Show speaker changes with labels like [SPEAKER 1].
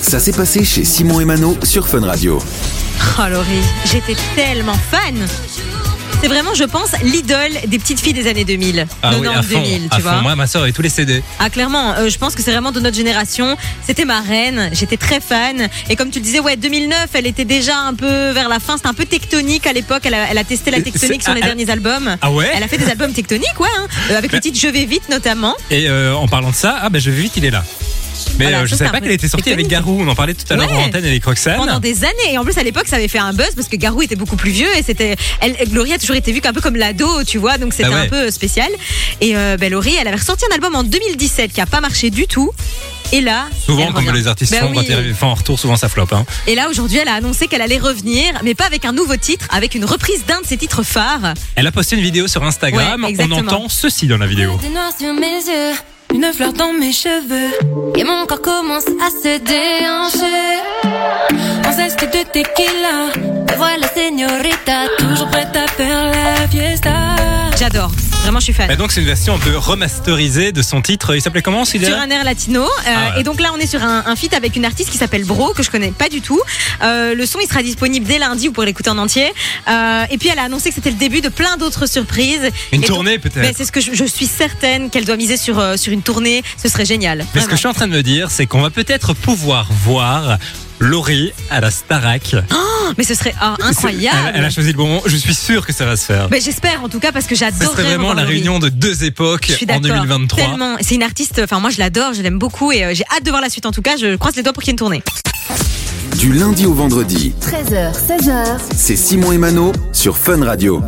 [SPEAKER 1] Ça s'est passé chez Simon et Mano sur Fun Radio.
[SPEAKER 2] Oh Laurie, j'étais tellement fan. C'est vraiment, je pense, l'idole des petites filles des années 2000.
[SPEAKER 3] Ah oui, à
[SPEAKER 2] 90,
[SPEAKER 3] fond,
[SPEAKER 2] 2000,
[SPEAKER 3] à
[SPEAKER 2] tu
[SPEAKER 3] fond.
[SPEAKER 2] vois.
[SPEAKER 3] Moi, ma soeur avait tous les CD.
[SPEAKER 2] Ah clairement, euh, je pense que c'est vraiment de notre génération. C'était ma reine, j'étais très fan. Et comme tu le disais, ouais, 2009, elle était déjà un peu vers la fin. C'était un peu tectonique à l'époque. Elle a, elle a testé la
[SPEAKER 3] C'est-
[SPEAKER 2] tectonique sur les
[SPEAKER 3] ah,
[SPEAKER 2] derniers albums.
[SPEAKER 3] Ah ouais
[SPEAKER 2] Elle a fait des albums tectoniques, ouais, hein, euh, avec le titre Je vais vite notamment.
[SPEAKER 3] Et euh, en parlant de ça, ah ben je vais vite, il est là. Mais
[SPEAKER 2] Voilà,
[SPEAKER 3] euh, je
[SPEAKER 2] ça,
[SPEAKER 3] savais
[SPEAKER 2] c'est un
[SPEAKER 3] pas
[SPEAKER 2] peu
[SPEAKER 3] qu'elle était sortie avec
[SPEAKER 2] tectonique.
[SPEAKER 3] Garou. On en parlait tout à l'heure
[SPEAKER 2] Ouais.
[SPEAKER 3] en antenne avec Roxane.
[SPEAKER 2] pendant des années. Et en plus, à l'époque, ça avait fait un buzz parce que Garou était beaucoup plus vieux et c'était. Elle, Laurie a toujours été vue un peu comme l'ado, tu vois, donc c'était
[SPEAKER 3] Ah ouais.
[SPEAKER 2] un peu spécial. Et euh, ben, Laurie, elle avait ressorti un album en 2017 qui a pas marché du tout. Et là, elle
[SPEAKER 3] Souvent, comme
[SPEAKER 2] revient.
[SPEAKER 3] les artistes
[SPEAKER 2] Ben
[SPEAKER 3] font, quand
[SPEAKER 2] oui.
[SPEAKER 3] ils font en retour, souvent ça floppe. Hein.
[SPEAKER 2] Et là, aujourd'hui, elle a annoncé qu'elle allait revenir, mais pas avec un nouveau titre, avec une reprise d'un de ses titres phares.
[SPEAKER 3] Elle a posté une vidéo sur Instagram.
[SPEAKER 2] Ouais,
[SPEAKER 3] on
[SPEAKER 2] exactement.
[SPEAKER 3] entend ceci dans la vidéo.
[SPEAKER 4] Des noirs sur mes yeux, une fleur dans mes cheveux. Et mon corps commence à se déhancher. Un zeste de tequila, me voilà señorita, toujours prête à faire la fiesta.
[SPEAKER 2] J'adore. Vraiment, je suis fan.
[SPEAKER 3] Bah donc c'est une version un peu remasterisée de son titre. Il s'appelait comment celui-là
[SPEAKER 2] Sur un air latino. Euh,
[SPEAKER 3] Ah ouais.
[SPEAKER 2] Et donc là, on est sur un, un feat avec une artiste qui s'appelle Bro, que je connais pas du tout. Euh, le son, il sera disponible dès lundi, vous pourrez l'écouter en entier. Euh, et puis, elle a annoncé que c'était le début de plein d'autres surprises.
[SPEAKER 3] Une
[SPEAKER 2] Et
[SPEAKER 3] tournée,
[SPEAKER 2] donc-
[SPEAKER 3] peut-être.
[SPEAKER 2] Ben, C'est ce que je, je suis certaine qu'elle doit miser sur, euh, sur une tournée. Ce serait génial.
[SPEAKER 3] Mais ce que
[SPEAKER 2] Vraiment.
[SPEAKER 3] je suis en train de me dire, c'est qu'on va peut-être pouvoir voir Laurie à la Starac.
[SPEAKER 2] Mais ce serait ah,
[SPEAKER 3] Elle, elle
[SPEAKER 2] incroyable.
[SPEAKER 3] a choisi le bon moment. Je suis sûr que ça va se faire.
[SPEAKER 2] Ben, J'espère en tout cas parce que
[SPEAKER 3] Ce
[SPEAKER 2] j'adore
[SPEAKER 3] serait vraiment la réunion de deux époques
[SPEAKER 2] Je suis
[SPEAKER 3] en
[SPEAKER 2] d'accord.
[SPEAKER 3] 2023.
[SPEAKER 2] Tellement. C'est une artiste, enfin moi je l'adore, je l'aime beaucoup et euh, j'ai hâte de voir la suite en tout cas. Je croise les doigts pour qu'il y ait une tournée.
[SPEAKER 1] Du lundi au vendredi,
[SPEAKER 5] 13h, 16h,
[SPEAKER 1] c'est Simon et Mano sur Fun Radio.